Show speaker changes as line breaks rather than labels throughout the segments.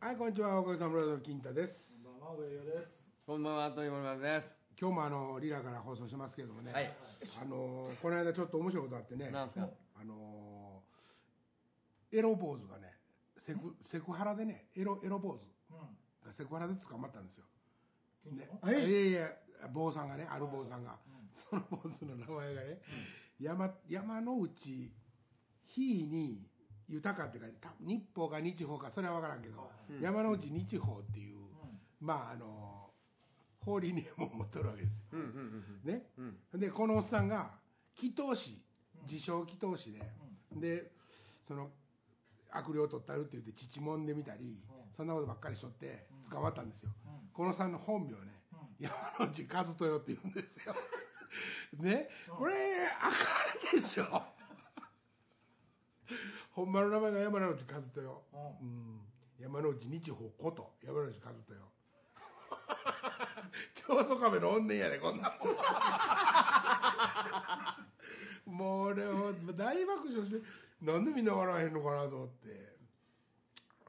はいこんにちはおかげさまでの金太です
こんばんは上与です
こんばんは、というものです。
今日もあのリラから放送しますけれどもね、
はい
あのこの間ちょっと面白いことあってね
なんすか
あのエロ坊主がねセクセクハラでねエロエロ坊主
うん
がセクハラで捕まったんですよ
近所の
いやいや坊さんがねある坊さんが、その坊主の名前がね、山山の内日に豊かって書いて多分日報か日報かそれは分からんけど、山の内日報っていう、まああの法理念を持っとるわけですよ、ね、でこのおっさんが祈祷師自称祈祷師で、でその悪霊を取ったるって言って父もんでみたり、そんなことばっかりしとって捕まったんですよ、このさんの本名ね、山之内和豊って言うんです よね、これあかんでしょ本場の名前が山之内和豊、
う
うん山之内日宝こと山之内和豊 長宗壁の怨念やでこんなもんもう俺は大爆笑してなんでみんな笑わへんのかなと思って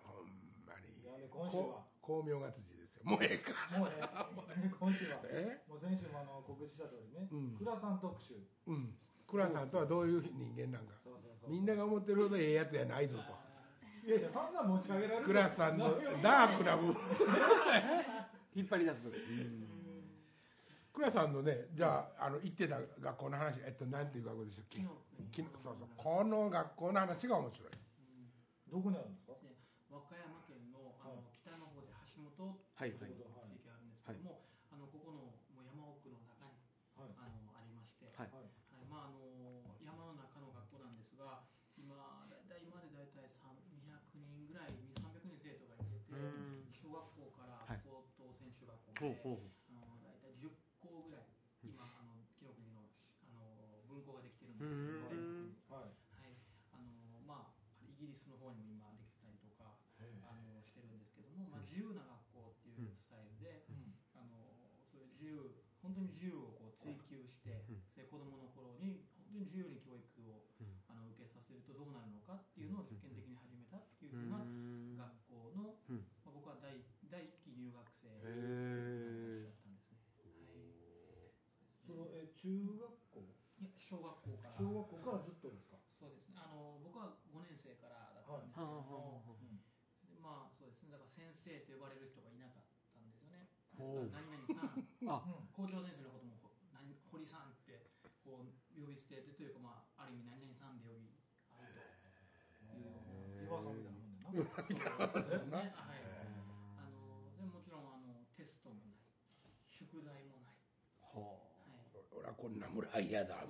ほんまに
いやで今週は
こ巧妙が辻ですよもうええか
もうね今週は
え
もう先週もあの告知した通りね倉さん特集
うん倉さんとはどういう人間なんか
そうそうそう
みんなが思ってるほどええやつやないぞと
いやいやさんざん持ち上げられる
倉さんのダークな部分
引っ張り出す。
倉さんのねじゃああの行ってた学校の話えっとなんていう学校でしたっけ昨日そうそうこの学校の話が面白い
どこにあるんですか
で和歌山県のあの北の方で橋本
はいは
と
い
いう地域があるんですけども、あのここのもう山奥の中に、
はい
あのありまして、
はい
はい
はいまあ、あの山の中の学校なんですが今だいたい今までだいたい3 200人ぐらい300人生徒がいてて
うん
小学校から
はい
高等専修学校
ほうほう
まで、あのだいたい10校ぐらい今あの紀の国のあの分校ができてるん
う
ですけ
ん。
ども、
はい
はい、あのまあイギリスの方にも今できたりとかあのしてるんですけども、まあ、自由な学校っていうスタイルで、
うん
あのそういう自由本当に自由をこう追求して、で子どもの頃に本当に自由に教育を、
うん
あの受けさせるとどうなるのかっていうのを実験的に始めたっていうような
うん。
学校の、
うん
まあ、僕は第第一期入学生だ
へえ。
ったんですね。はい
そのえ中学校
いや小学校から
小学校からずっとですか
そうですねあの僕は5年生からだったんですけ
は
ど
あは
も、
あは
でまあそうですねだから先生と呼ばれる人がいなかったんですよねです
ほう
から何々さん
あ
うん
校長先生のこともほ何堀さんってこう呼び捨ててというかまあある意味何々さんで呼び合う
うん岩さんみたいなもんでな
とそうですねはいあのでもちろんあのテストもない宿題もない、
は
はい、
俺はこんな村嫌だって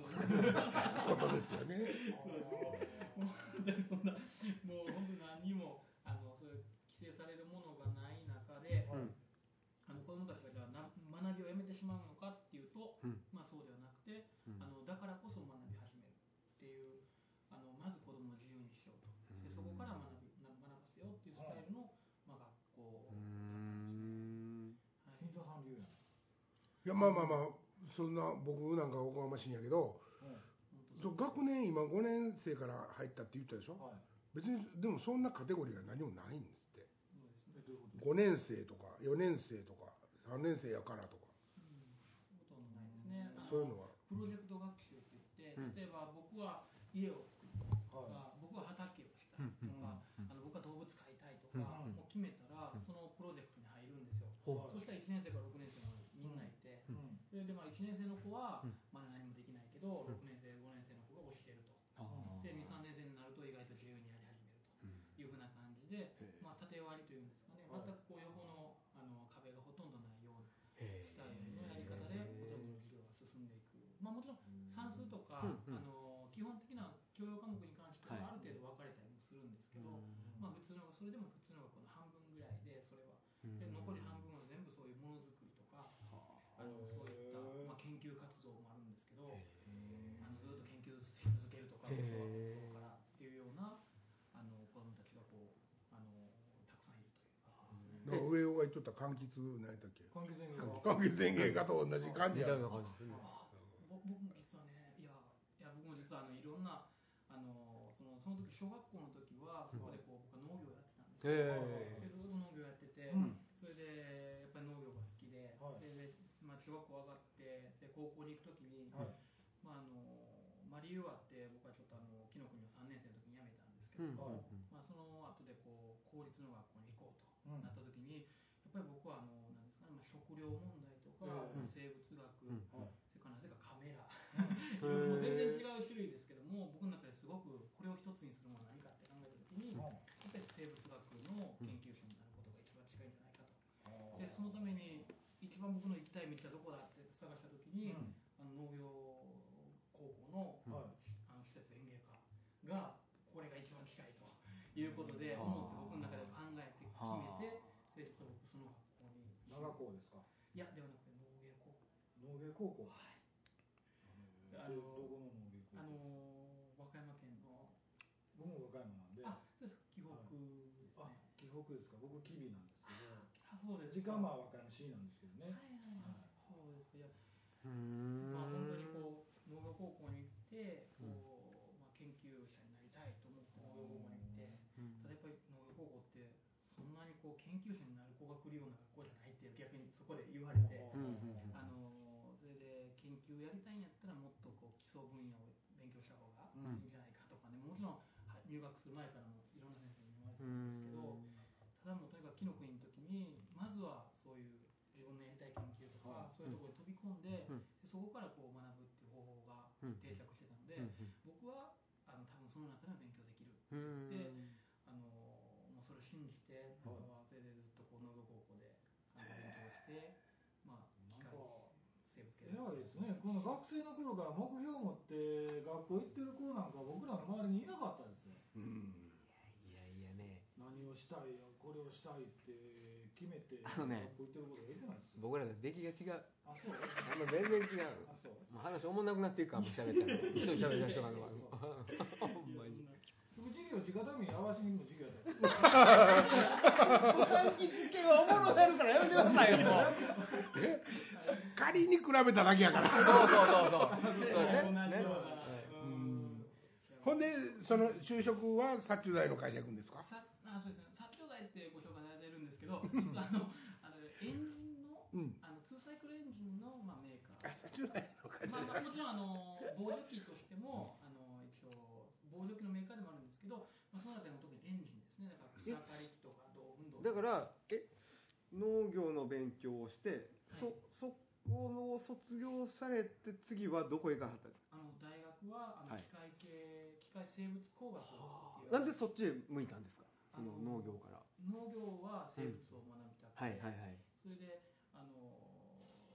ことですよね
もう本当に そんなもう本当に何にもあのそういう規制されるものがない中で、
うん
あの子どもたちがじゃあな学びをやめてしまうのかっていうと、
うん
まあ、そうではなくて、
うん
あのだからこそ学び始めるっていうあのまず子どもを自由にしようとでそこから学びな学ばせようっていうスタイルの、まあ、学校
あ。うーん。
はい
金田さん流やん
いやまあまあまあそんな僕なんかおこがましいんやけどそ
本当そう
う学年今5年生から入ったって言ったでしょ
はい
別にでもそんなカテゴリーが何もないんですって
そうですね
えど
5
ういうこと
年生とか4年生とか3年生やからとか
ほとんどないですねあの
そういうのは
プロジェクト学習って言
う
っ
ん
て例えば僕は家を作る
は
まあ僕は畑をしたいとか、あの僕は動物飼いたいとか、
うん
もう決めたら、そのプロジェクトに入るんですよ、
ほう
そしたら1年生から6年生までみんないて、
いうん
それでまあ1年生の子はまだ何もできないけど、6年生5年生の子が教えると、
ああ。
で23年生になると意外と自由にやり始めるというふうな感じで、
へえ
まあ、縦割りというんですかね
は
全
い
くこう横のあの壁がほとんどないような
へ
スタイルのやり方で子どもの授業が進んでいく、まあ、もちろん算数とか、
うんうん
あの基本的な教養科目に関して
はい
はある程度分かれたりもするんですけど、まあ、普通のそれでも普通の学校の半分ぐらいでそれはで残り半分は全部そういうものづくりとかあのそういった、まあ、研究活動もあるんですけどあのずっと研究し続けるとか
へ
教
ー
わったところからっていうようなあの子どもたちがこうあのたくさんいるという学校
だ
ですね。
から上尾が言っとった柑橘何やったっけ
関係性に
柑橘園芸家と同じ感
み
じ
た
や
いな感じですね。
あぼ僕も実はねいやいや僕も実はあのいろんなあのそのその時小学校の時はそこでこう僕は農業をやってたんですよ、
へえ
でずっと農業に行く時に、
はい
まあ、あのマリユアって僕はちょっとあの紀ノ国を3年生の時に辞めたんですけ
うん
はい
ど、まあ、その後でこう公立の学校に行こうと
うん
なった時に、やっぱり僕はあのなんですかね、まあ、食料問題とか、
うん
まあ生物学、
うん
はい
それからなぜかカメラ、
へ
もう全然違
う
う種類ですけども僕の中ですごくこれを一つにするものは何かって考えた時に、やっぱり生物学の研究者になることが一番近いんじゃないかと。でそのために一番僕の行きたい道はどこだって探した時
うん
に、あの農業高校の
うん
はい
あの施設園芸家がこれが一番近いということで思って僕の中で考えて決めてで実は僕その学校に
長校ですか
いやではなくて農芸高校
農芸高校
はい
えー
あの
どどこの農芸高
あ
校
の和歌山県の
僕も和歌山なんであ
あそうです紀北で
紀
すね
北ですか僕吉備なんですけ
あそう
ど
です
時
か
間は和歌山市なんですけど
はい
ね
はいはいそうですかいや
ーん
まあ、本当にこう農業高校に行ってこう、まあ、研究者になりたいと思って農業高校に行って
うん
ただやっぱり農業高校ってそんなにこう研究者になる子が来るような学校じゃないって逆にそこで言われて、
うんうんうん
あのそれで研究やりたいんやったらもっとこう基礎分野を勉強した方がいいんじゃないかとかね、もちろんは入学する前からもいろんな先生に言われてたんですけどただもうとにかくキノコの時にまずはそういう自分のやりたい研究とか、そういうところに飛び込んで,で、
うん
そこからこう学ぶっていう方法が
うん
定着してたので、僕はあの多分その中では勉強できる
うんうん
であのもうそれを信じて、
はい
まあそれでずっとこう農業高校であの勉強して、まあ、機
なん
械
か
生物系
偉いですねこの学生の頃から目標を持って学校行ってる子なんか僕らの周りにいなかったですよ
うん
いやいやね
何をしたいこれをしたいって決めて
あのね
学校行ってることがいてないですよ
僕らの出来が違う
あそう
あの全然違う
あそう
もう話おもんなくなっていくからもう喋ったら一緒に喋りましょうか
いやいやい
ほんまに
僕授業直談に合わしに行く授業やったんです
最近付けはおもろなるからやめてくださいよもう
仮に比べただけやから
そうそうそうそうそうね
同
ね
じような、うん
ほんでその就職は殺虫剤の会社行くんですか
さあそうですね殺虫剤ってご紹介されてるんですけど実はあのあのエンジンの
うん
あのツーサイクルエンジンの、まあ、メーカー
あ殺虫剤の会社
まあ、まあもちろんあの防除機としてもあの一応防除機のメーカーでもあるんですけど、まあ、その中でも特にエンジンですねだから草刈り機とか道具運動
だからえ農業の勉強をして
はい
そそこの卒業されて次はどこへ行かはったんです
あの大学はあの
はい
機械系、機械生物工学っていう
かなんでそっちへ向いたんですかその農業から
農業は生物を学びたくて、
はいはいはい
それであの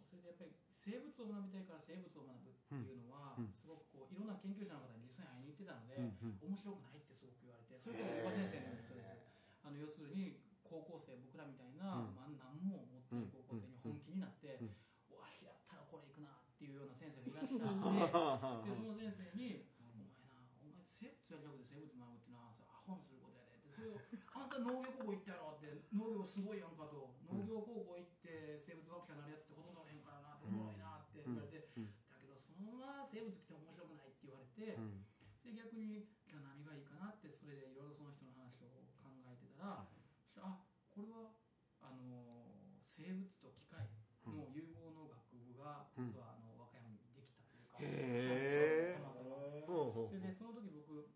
それでやっぱり生物を学びたいから生物を学ぶっていうのは、
うんうん
すごくこういろんな研究者の方に実際に会いに行ってたので、
うんうん
面白くないってすごく言われてそれから小川先生の人ですあの要するに高校生僕らみたいな、
うん
まあ、何も持ってない高校生に本気になって、
うん
わしやったらこれいくなっていうような先生がいらっし ゃってでその先生に「お前なお前生物やりたくて生物学ぶってなそれアホにすることやで」ってそれを「あんた農業高校行ったやろ」って「農業すごいやんか」と「農業高校行って生物学者になるやつってほとんどおらへんからな」って「おもろいな」って言われて
うんうん
「だけどそのまま生物来て面白くない」って言われて。
うん
で逆にじゃあ何がいいかなってそれでいろいろその人の話を考えてたら、そしたらあこれはあのー生物と機械の融合の学部が
うん
実はあの和歌山にできたというか、
へえ
たまたま
よ
ほうほ
そうれでその時僕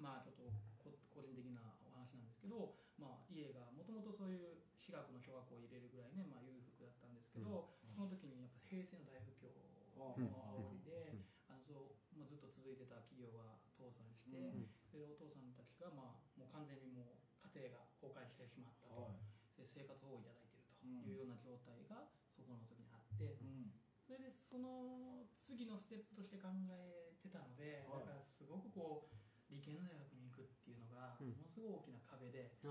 まあちょっとこ個人的なお話なんですけど、まあ、家がもともとそういう私学の小学校を入れるぐらいね、まあ、裕福だったんですけど、その時にやっぱ平成の大不況の煽りで、
うん
あのそうまあ、ずっと続いてた企業が倒産して、
うん
でお父さんたちが、まあ、もう完全にもう家庭が崩壊してしまったと、
はい
で生活保護をいただいているというような状態がそこの時にあって、
うん
それでその次のステップとして考えてたので、
はい
だからすごくこう理系の大学に行くっていうのが
うん
ものすごい大きな壁で、
う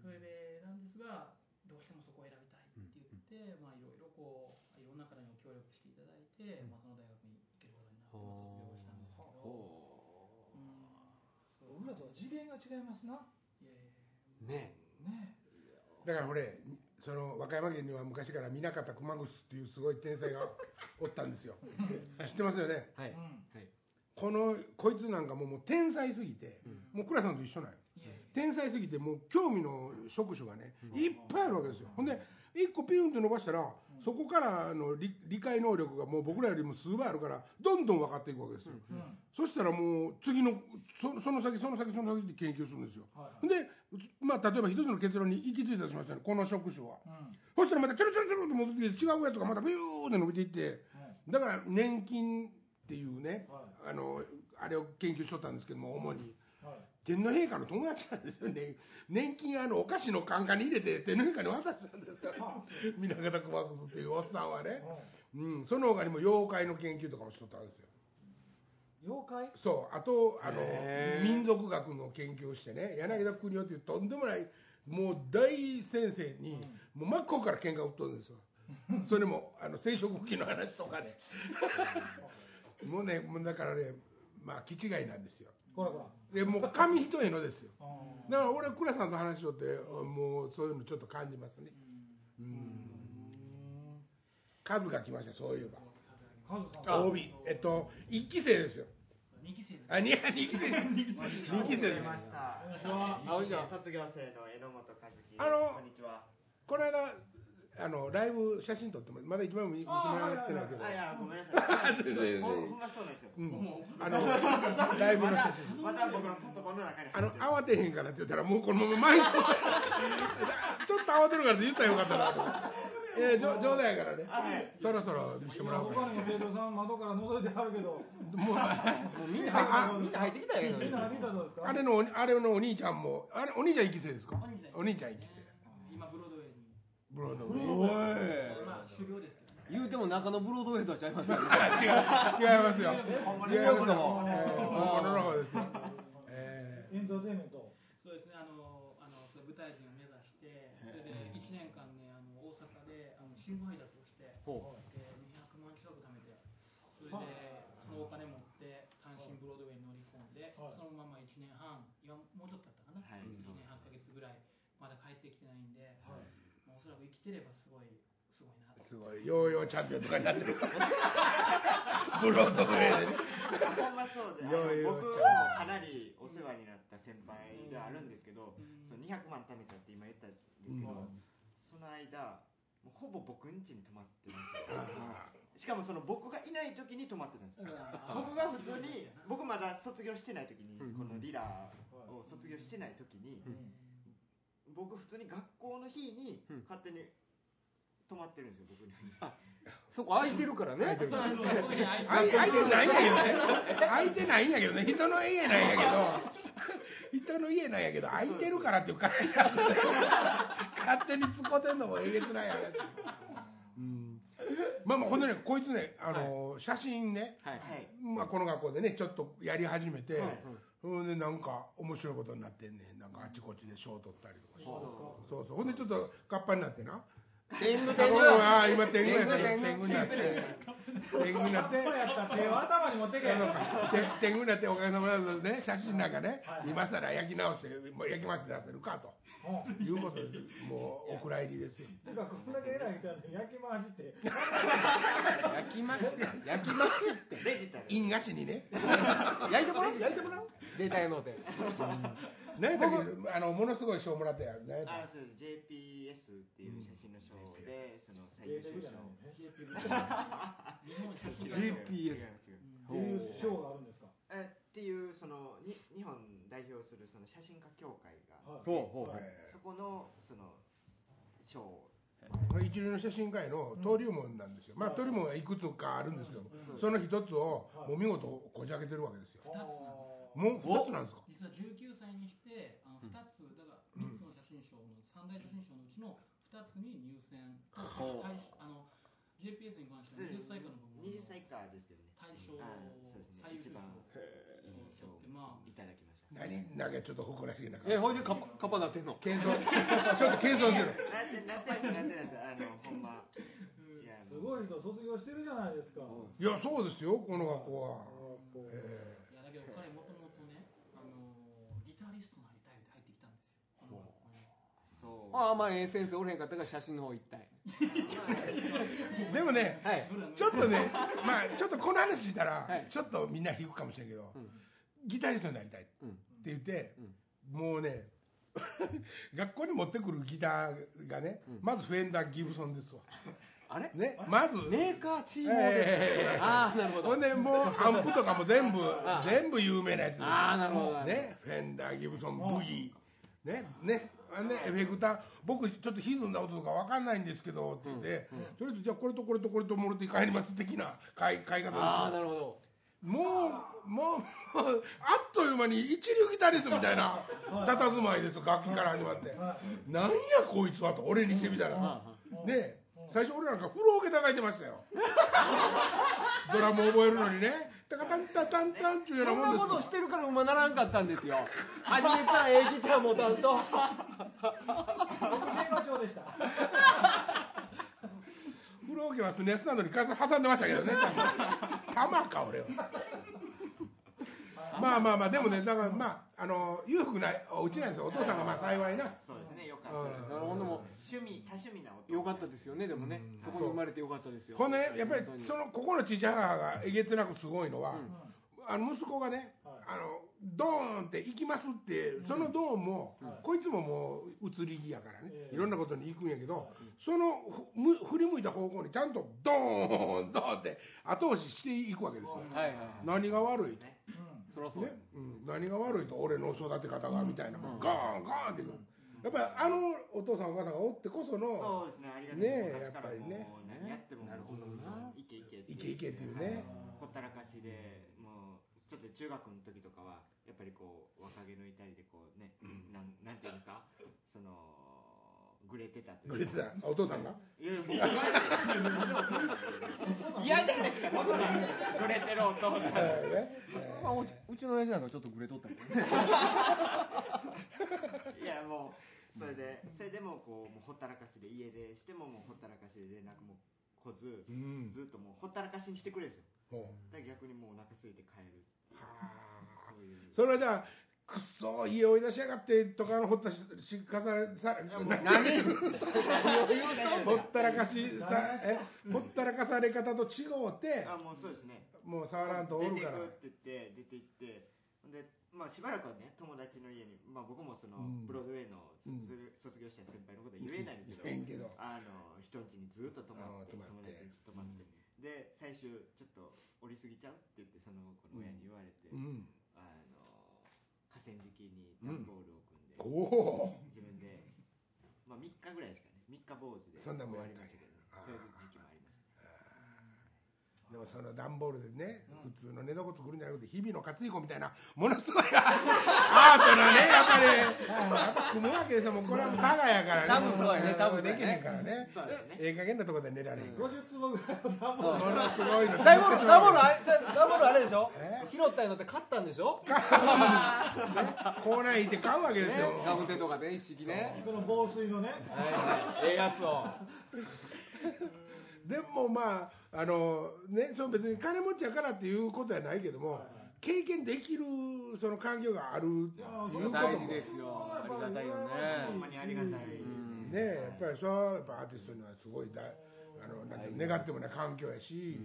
ん
それでなんですがどうしてもそこを選びたいって言って、まあ、いろいろこういろんな方にも協力していただいて、
うん
まあ、その大学に行けることになって、まあ、卒業したんですけど、うんそう
僕らとは次元が違いますない
やいやいや
ね
ね
だからこれその和歌山県には昔から南方熊楠っていうすごい天才がおったんですよ知ってますよね
は
え
い
うん
このこいつなんかもうもう天才すぎて、もう倉さんと一緒なんよ
いやいや
天才すぎてもう興味の職種がねいっぱいあるわけですよほんで一個ピュンと伸ばしたら、そこからの理理解能力がもう僕らよりも数倍あるからどんどん分かっていくわけですよ、
うんは
そしたらもう次のそその先その先その先って研究するんですよ
いはい
で、まあ、例えば一つの結論に行き着いたとしましたねこの職種は
うんは
そしたらまたチョロチョロチョロって戻ってきて違うやつがまたビューって伸びていって
い
だから年金っていうね
は
あのあれを研究しとったんですけども主に
いはい
天皇陛下の友達なんですよね年金あのお菓子のカンカンに入れて天皇陛下に渡したんですから南方熊楠っていうおっさんはね、うん、その他にも妖怪の研究とかもしとったんですよ
妖怪
そうあとあの
へー
民族学の研究をしてね柳田邦夫っていうとんでもないもう大先生に、もう真っ向から喧嘩を売っとるんですよそれもあの生殖器の話とかでもうねもうだからねまあ気違いなんですよ
こらこら
でもう紙一重のですよ
うん
だから俺は倉さんと話しとってもうそういうのちょっと感じますね
うん
数が来ましたそういえば
カズさん
あ
OB えっと1期生ですよ
二期生の
あ 2, 二期生二期生です
出ました。
こんにちは
青じゃ卒業生の榎本和樹。
あの
こんにちは。
この間あのライブ写真撮ってもらってまだ一枚も見せてもらってないけど
あいやごめんなさい。
全 然
ほんほんまそうなんですよ。
うんあのライブ
ま
の写
だ
真
まだ僕のパソコンの中に
あ
入
の
ってる。
慌てへんからって言ったらもうこのまま前 にちょっと慌てるからって言ったらよかったなと思っていや冗冗談やからね
あはい。
そろそろ見せてもらおうか
他にも生徒さん窓から覗いてあるけど
もう
もうみんな
あ
入ってみんな入ってきたらええの
み
に
んな歩いたらどうですか
あれのおあれのお兄ちゃんもあれお兄ちゃん1期生ですかお兄ちゃん1期生
今ブロードウェイに
ブロードウ
お
ェイ
い
まあ修行ですけどね
言うても中野ブロードウェイとはちゃいますよね
あ違う違いますよ
ほんま
違
に
いま
ほんまに
す
ほん
よえー本
まに
物の方ですよえ
エンターテインメント
そうですねあのあのそう舞台人を目指してそれで1年間ねあの大阪であの新聞配達をして
ほ
で200万近く貯めてそれでそのお金持って単身ブロードウェイに乗り込んで
はい
そのまま1年半いやもうちょっとだったかな
はい
1年半か月ぐらいまだ帰ってきてないんで
はい
もうおそらく生きてればすごいすごいなと
ーすごいヨーヨーチャンピオンとかに なってるブロードウェイでね
ほんまそうで。あの
いやいや
僕もかなりお世話になった先輩ではあるんですけど、その200万貯めたって今言ったんですけ
うん
ど、その間もうほぼ僕ん家に泊まってました。しかもその僕がいない時に泊まってたんですよ。僕が普通に僕まだ卒業してない時にこのリラを卒業してない時に僕普通に学校の日に
うん
勝手に泊まってるんですよ僕に
そこ空いてるからね
そうなんですよ
あい開いてないんやけどね開いてないんやけどね人の家なんやけど人の家なんやけど開いてるからっていう会社で勝手に突っ込んでんのもえげつない話うんまあまあほんとねこいつねあの、写真ね
はい
はい
まあ、この学校でねちょっとやり始めて、
はい
ほんでなんか面白いことになってんねなんかあちこちで賞取ったりとかして
そ
そうそうほんでちょっと活発になってな
天狗
あ
天
ごめん
狗
ごめんあー今天狗やって
天
る
狗
天狗になって天狗になって
これやったら手を頭に持ってけ
そうかて天狗になっておかげさまでね写真なんかね今更焼き直してもう焼きまして出せるかと
うん
いうことですもうお蔵入りですよ
てかこんだけ偉い人やのに焼き回しって
焼きまして焼きまして
うデジタル
因菓子にね
焼いてもらう焼いてもらうデータやので
何やったっけあのものすごい賞もらったやん何やった
あそうです JPS っていう写真の賞でその最優
贅沢
秀
じゃ
賞
ないのねっ
JPS
違う違う違う
ていう賞があるんですか
えっていうそのに日本代表するその写真家協会が
はい
ほうほう
はい
え
そこのその賞を
ー一流の写真界の登竜門なんですよまあ登竜門はいくつかあるんですけど
そう
その一つを
は
も
い
う見事こじ開けてるわけですよ
あー
二つなん
もう二つなん
ですよ
ですか
実は19歳にしてあの2つ、だから3つの写真賞の三大写真賞のうちの2つに入選と
ほう
大賞あの JPS に関しては20歳以下の部門の
20歳以下ですけどね
大賞
あそうですね
最優秀賞
一番
を
いい
取
賞
ってまあ
いただきました
何なんかちょっと誇らしげな感じ
えほいでカパカパなってんの
謙遜ちょっと謙遜しろ
なってなってないなってないあのほんまいや
すごい人卒業してるじゃないですか
いやそうですよこの学校はえ
いやだけど彼もともとね、あのギタリストになりたいって入ってきたんですよこの学校に
そう
ああまあええ先生おれへんかったから写真の方行ったんや
えでもね
はい
ちょっと ね、まあちょっとこの話したら、
はい
ちょっとみんな引くかもしれんけど、
うん
ギタリストになりたいって
うん
言って、
うん
もうね、 学校に持ってくるギターがね、まずフェンダーギブソンですわ。
あれ
ね、まず。
メーカーチームで
ええ
ああなるほど
ほんでもうアンプとかも全部全部有名なやつですよ
あーなるほど
ねフェンダーギブソンブギーねねあねエフェクター僕ちょっと歪んだ音とかわかんないんですけどって言って、とりあえずじゃあこれとこれとこれともろて帰ります的な買い買い方です
ああ
よ
なるほど
もうもうもうあっという間に一流ギタリストみたいな佇まいですよ楽器から始まって
は
なんやこいつはと俺にしてみたら
うん
ね最初俺なんか風呂桶叩いてましたよドラム覚えるのにねタカタンタタンタンちゅうよう
そ
なん
な
もん
こ
で
と
す
してるから馬ならんかったんですよ初めからええギター持たん と
僕電話帳でした。
風呂桶はスネスなのに挟んでましたけどね多分玉か俺はまあまあまあでもねだからまああの裕福なお家なんですよお父さんがまあ幸いな
そうですねよかっ
う
た
ん
ほんでも
趣味多趣味な音
よかったですよねでもねそこに生まれてよかったですよ
ほんでねやっぱり
本当に
そのここのちいちゃい母がえげつなくすごいのは、あの息子がね、
はい
あのドーンって行きますってそのドーンも、こいつももう移り気やからね、
ええ
いろんなことに行くんやけど、そのふむ振り向いた方向にちゃんとドーンドーンって後押ししていくわけですよ、
はいはいはい
何が悪いと、
うん
そりゃそう
ねうん、何が悪いと俺の育て方がみたいな、ガーンガーンっていくやっぱりあのお父さんお母さんがおってこその
そうですねありがとう
ねえ
昔か
やっぱ
ら
りね
もう何やってもなるほどないけいけって
いけいけっていうね
ほったらかしでもうちょっと中学の時とかはやっぱりこう若気のいたりでこうねなんなんていうんですかそのグレてたと
く
い
れ
う
て
か
たお父さんが
いやいやもう嫌じゃないですかそんなグレてるお父さん
ね
まあうちうちの親父なんかちょっとグレとったけどね
いやもうそれでそれでもこうもうほったらかしで家でしてももうほったらかしで連絡も来ず
うん
ずっともうほったらかしにしてくれるんですよ
もう
だから逆にもうお腹空いて帰るそういう
それはじゃあくっそ家追い出しやがってとかのほったししかささ
何
ほったらかしさ
何
えほったらかされ方と違うて
あもうそうですね
もう触らんとおるから
出ていくって言って出て行ってほんでまあしばらくはね友達の家にまあ僕もその
うん
ブロードウェイの卒
うん
卒業した先輩のことは言えないんですけど
えんけど
あの人ん家にずっと泊ま
あー
って
泊まって
友達に泊まってで最終ちょっと降りすぎちゃうって言ってその子の親に言われて
うん
あの河川敷に段ボールを組んで、
おお
自分で、まあ、3日ぐらいですかね3日坊主で
そんなんもや
終わ
ったんや
りましたけどね
あー
そういう時期もありました
でもその段ボールでね普通の寝床作るんじゃなくて日々の活子みたいなものすごいアートなねやっぱりやっぱ組むわけですよもうこれはもう佐賀やからね
多分そうやね多分そう
で
や
き
ね
へんからね
そうですね
ええ加減なとこで寝られへんから
50坪ぐらいのダム
そ
を
う
ものすごいの
ダイボールダイボールあれじゃ あダイボールあれでしょ
え
拾ったんだって勝ったんでしょ
コーナー行って買うわけですよ
ガムテとかね一式ね
その防水のね。
はいはいええやつを
でもまああのねその別に金持ちやからっていうことやないけども、経験できるその環境があるっていうことも
大事
ね
ですよありがたいよね
ほんまにありがたいですね、
えやっぱりそれはやっぱアーティストにはすごいだあのなんて願ってもない環境やし、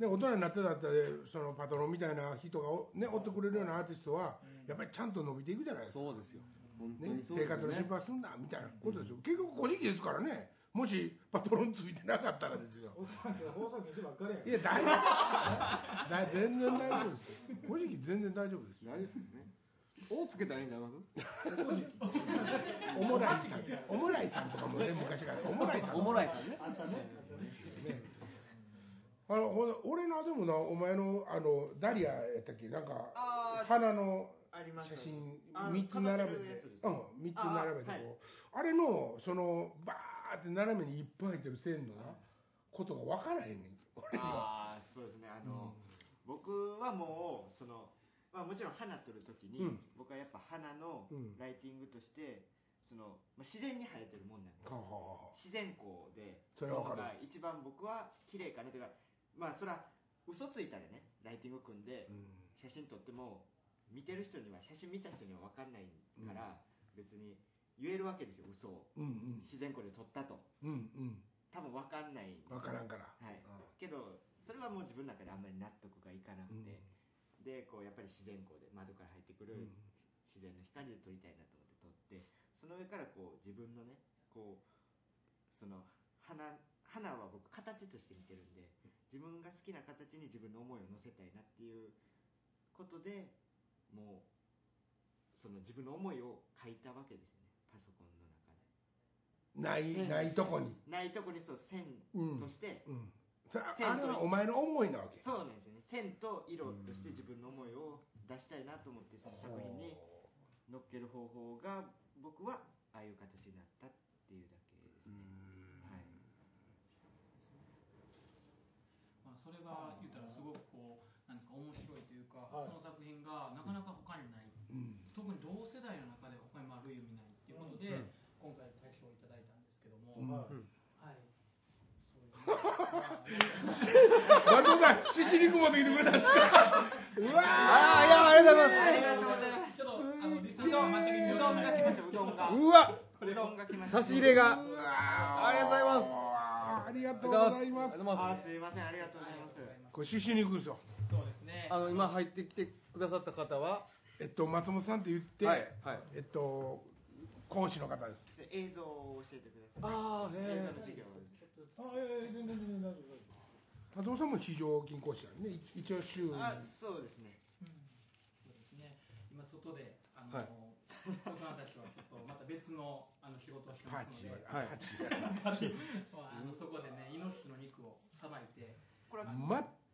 ね、大人になってだったらそのパトロンみたいな人がお,、ね、追ってくれるようなアーティストはやっぱりちゃんと伸びていくじゃないですか。
そうですよ本当
ね
に、そうで
生
すね
活の心配すんなみたいなことですよ、結局個人技ですからねもしパトロンついてなかったらですよ
おっさんが放送禁止ばっかりや
い
け
や大丈夫だ全然大丈夫ですよ個人技全然大丈夫ですよ
大丈夫ですよねおつけたらいいんじゃないます
おもらいさんおもらいさんとかもね昔からおもらいさん
おもらいさんね
あったね。
あのほな俺なでもなお前のあのダリアやったっけなんか
あー
花の
ありまし
写
た
真
あの
3つ並べ
飾ってるや
て
つです
う
か
ん三つ並べてこうあれのそのバーって斜めにいっぱい入ってる線のなことが分からへんねん俺には
ああそうですねあの、僕はもうその、まあ、もちろん花撮るときに、
うん
僕はやっぱ花の
うん
ライティングとしてその、まあ、自然に生えてるもんなんで
はあはあはあ
自然光で
それはわかる
が一番僕は綺麗かなというかまあそら嘘ついたらねライティング組んで
うん
写真撮っても見てる人には写真見た人には分かんないから、別に言えるわけですよ嘘を
うんうん
自然光で撮ったと
うんうん
多分分かんない
分からんから
はい、けどそれはもう自分の中であんまり納得がいかなくて、でこうやっぱり自然光で窓から入ってく
うん
る自然の光で撮りたいなと思って撮っってその上からこう自分のねこうその花花は僕形として見てるんで自分が好きな形に自分の思いを乗せたいなっていうことでもうその自分の思いを書いたわけですよねパソコンの中で
ないないとこに
ないとこにそう線
うん
として、
うんそれああれはお前の思いなわけ
そうなんですよね線と色として自分の思いを出したいなと思ってその作品に乗っける方法が僕はああいう形になったっていうだけです
う
ね、
ん
はい
まあ、それが言ったらすごくこうなんですか面白いというか、
はい
その作品がなかなか他にない、
うん
特に同世代の中で他にまあ類を見ないっていうことで、今回大賞をいただいたんですけども、
はい
はいそういう、まあ
松本さん獅子肉持ってきてくれたんですかうわ
あーいやありがとうござい
ありがとうございます
ちょっとあのリスナーの待ってみてうど
うどん
ん
が
が
来
うわ
ましたうどんがうどんが来ました
差し入れが
うわ
ありがとうございま
ありがと
す
うございま
あり
す
がとうござい
あ
ます
すいませんありがとうございます
これ獅子肉ですよ
そうですね
あの今入ってきてくださった方は
えっと松本さんって言って、
はいはい
えっと講師の方です
じゃあ映像を教えてください
ああ
映
へ
像の授業です
あええ全然全然大丈夫大丈
松本さんも非常勤講師なんでねい一応週に
あそうですね
そうですね今外であの、
はい
大人たちはちょっとまた別のあの仕事をして
パー
ますの
チ
で、
はい
パーチ
まああのそこでねイノシシの肉をさばいて
これは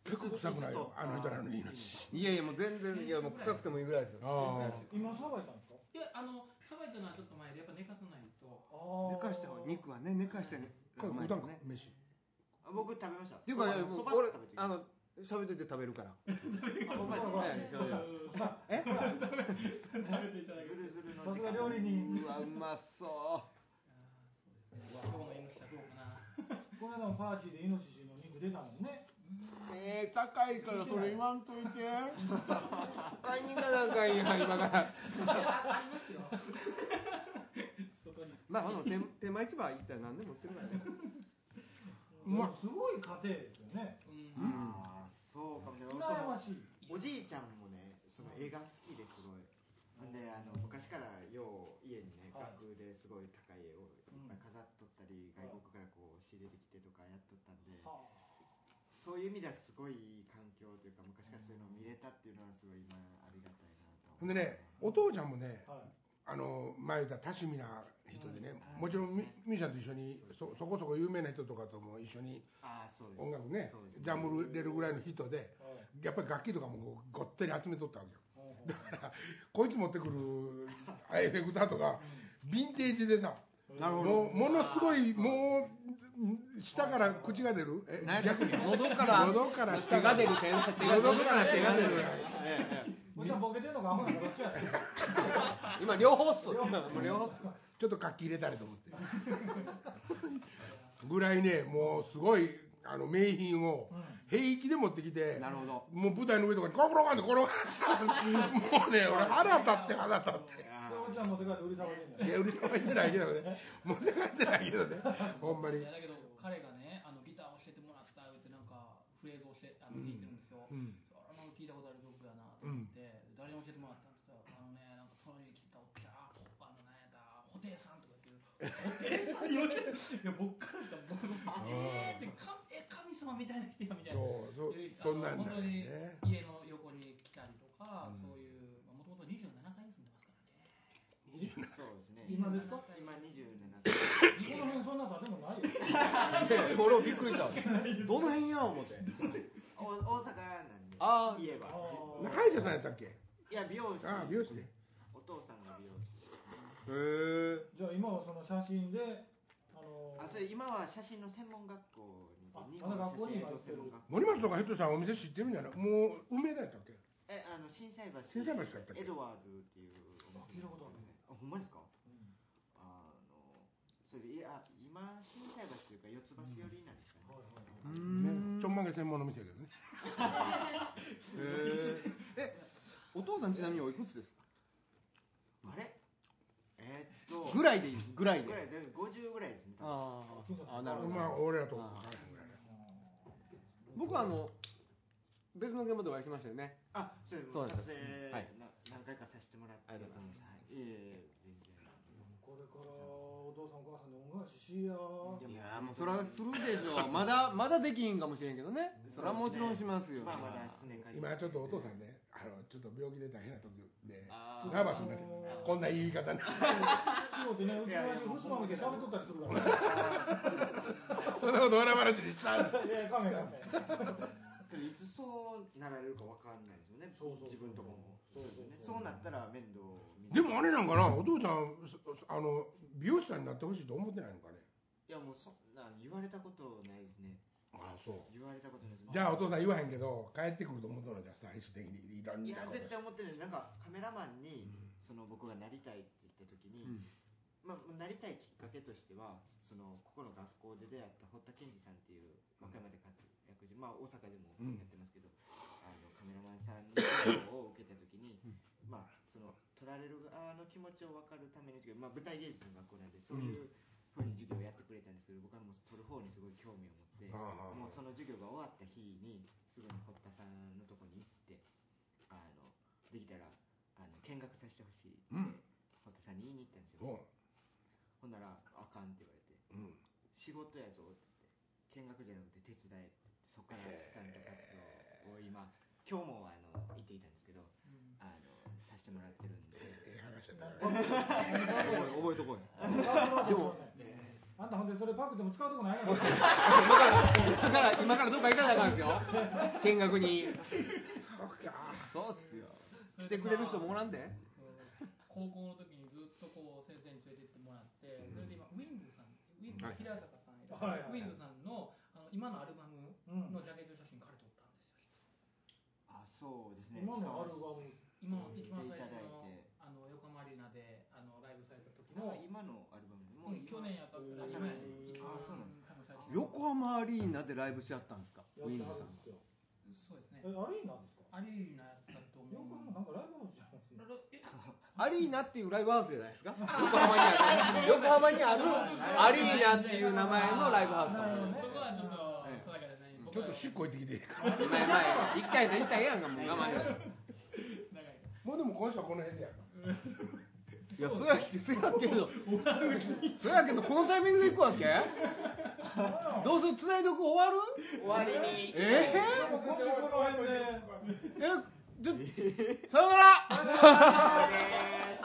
全く臭くないよあの人らの命
えいやいやもう全然いやもう臭くてもいいぐらいですよ
ああ
夫今さばいたんですか
いやあのさばいたのはちょっと前でやっぱ寝かさないと
あー
寝かした方が肉はね寝かしてね
これ
うまい
普
で
段
す
か
ね
飯
あ僕食べました
っていうかいや
そば
もう
そば
俺
食べてきま
あ
した
の喋ってて食べるから
あほんまですか
はいいやいや
え
食べていただ
ズ
ける
ルズルの
さ
時
す
間
が料理人
うわうまそ
あーそうですね今
この
日のイノシシはどうかな
間のパーティーでイノシシの肉出たんですね
うえー、高いからそれ言わんといて 買いに行かなんかいいや今から
いやあありますよ外に
まああの手手間市場行ったら何でも売ってるからね
うまっ
すごい家庭ですよね
うん
ああそうかもしれない
羨ましい
おじいちゃんもねその絵が好きですごいほんであの昔からよう家にね
はい
額ですごい高い絵をいっぱい飾っとったり、外国からこう仕入れてきてとかやっとったんで、
は
そういう意味ではすごいいい環境というか昔からそういうのを見れたっていうのはすごい今ありがたいなと
ほん
思
で
います
ねお父ちゃんもね
あはい
あの前言った多趣味な人でね
うん
もちろんミミュージシャンと一緒にそそこそこ有名な人とかとも一緒に
ああそうです
音楽ね
そうです
ジャムれるぐらいの人で
はい
やっぱり楽器とかもこうごってり集めとったわけよ
ほうほう
だからこいつ持ってくるエフェクターとか ヴィンテージでさ
なるほど
もうものすごいもう舌から口が出るえ
何やっ
逆
たっ
に
け喉から
喉から
手
舌
が
が
出
出
る
る
手が手が出る
喉から手が出る
えええ
おじちゃんボケてんのかアホなのかどっちやね
え今両方っす今両方っす
ちょっと楽器入れたりと思って ぐらいねもうすごいあの名品を平気で持ってきて
なるほど
もう舞台の上とかにコロコロンって転がしたもうね俺腹立って腹立って
あ
それおじちゃん持って帰って売りさばいてん
いや売りさばいてな
だよ
いけどね持って帰ってないけどねほんま
い
に
やだけど彼がねあのギターを教えてもらったってなんかフレーズを教えあの
うん
弾いてるんですよ、
うん
あの聞いたことある曲やなと思って、誰に教えてもらったんですかあのねなんか隣に聞いたおっちゃんほあのなんやった布袋さんとか言ってる布袋さ んに教えていや僕からしか僕えーってかえ神様みたいな人やみたいな
そうそう
いう
そんなんだよ
あの本当に
ね
家の横に来たりとか、
うん
そういうもともと27階に住んでますからね
ーそうですね
今ですか
今27
この辺そんな建物ないよ
でこれをびっくりしたどの辺や思って
お大阪なんで
あー
言えば
あ
歯医者さんやったっけ
いや美容師
ああ美容師ね
お父さんが美容師
へえ
じゃあ今はその写真であの
あそれ今は写真の専門学校に
あ
日本
まだ
写
学校に
真映
今
像専門学校
森松とかひょっとしたらお店知ってるんじゃないもう梅田やったっけ
えあの心斎橋
心斎橋だったっけ
エドワーズっていうお店
あ聞いたことある
あほんまですか
うん
あのそれでいや今心斎橋というか四つ橋寄りなんですかね、
はいはい
ー
ねちょんまげ専門の店やけどね
えお父さんちなみにおいくつですか
あれえーっと
ぐらいでいいですぐらいで
ぐらいで50ぐらいですね多分
あーあーなるほど、
まあ俺らとこからへんぐらいね
僕はあの別の現場でお会いしましたよね
あそう
そうなん
撮
です
影
はい
な何回かさせてもらって
ありがとうござい
はいいえいえ全然
れからお父さんお母さんに恩返ししや
い
い
や
いやーもうそらするでしょまだまだできひんかもしれんけどねそらもちろんしますよ
まあまだすね返し
今ちょっとお父さんねあのちょっと病気で大変な時で
あー
ナーバスになってるこんな言い方ね
仕事ねうちの父ふすまみで喋っとったりするから
そんなこと笑い話にしたら
いやいやかめかめ
けどいつそうなられるかわかんないですよね
そうそうそう
自分とこも
そうそうそう
ねそうなったら面倒見な
でもあれなんかなお父ちゃんそそあの美容師さんになってほしいと思ってないのかね
いやもうそんな言われたことないですね
ああそ
言われたことないです
うじゃあお父さん言わへんけど帰ってくると思ったのじゃあ最終的にいらん
い
な
や
こと
絶対思ってるんですなんかカメラマンに、その僕がなりたいって言った時に、まあ、なりたいきっかけとしてはそのここの学校で出会った堀田健二さんっていう和歌山で活躍して、まあ、大阪でもやってますけど、あのカメラマンさんの指導を受けた時に、まあ、その撮られる側の気持ちを分かるために、まあ、舞台芸術の学校なんでそういうふうに授業をやってくれたんですけど僕はもう撮る方にすごい興味を持って。
ああ
もうその授業が終わった日にすぐに堀田さんのとこに行ってあのできたらあの見学させてほしいって、
うん
堀田さんに言いに行ったんですよ、
そう
ほんなら「あかん」って言われて
うん
「仕事やぞ」って言って見学じゃなくて手伝えって言ってそこからアシスタント活動を今今日もあの行っていたんですけどあのさせてもらってるんで
ええ話やったからね
覚えとこう
でも、あんたほんでそれパクっても使うとこないやろ。
だから今からどっか行かなあかんですよ見学に
そうか
そうっすよ来てくれる人もおらんで
うん高校の時にずっとこう先生に連れてってもらって、それで今ウィンズさんウィンズ
はい
平坂さんいら
はいは
っしゃるウ
い
ィンズさんのあの今のアルバム
うん
のジャケット写真彼撮ったんですよ
あそうですね
今
使
のア
わ
ル
せ
バム、
今の一番最
見ていただ
初
い
の
て
あの横浜アリーナであのライブされた時も
もう今のアルバムでも
う
うん今
去年やったから
新
今や
しいあそうなんです
多分最初の
横浜アリーナでライブしちゃったんですか
や
ウ
っ
ィン
て
ズ
は
さ
る
ん
んですよ。
そうですね
え、アリーナですか
アリーナやったと思う
横浜なんかライブハウスじゃん。
ララえ
アリーナっていうライブハウスじゃないですか 横浜にある横浜にあ るアリーナっていう名前のライブハウスかもしれない
そこはちょっと
ええ
定かじゃない
ちょっとしっこいってきていいかな
前前行きたいな行きたいやんかもう我慢です
長いから
もうでも今週はこの辺でや
いやそやけそやけどそやけどこのタイミングで行く わけどうする繋いどく終わる
終わりに
え
もう今週この辺で。
ー、えじゃさよなら
そうです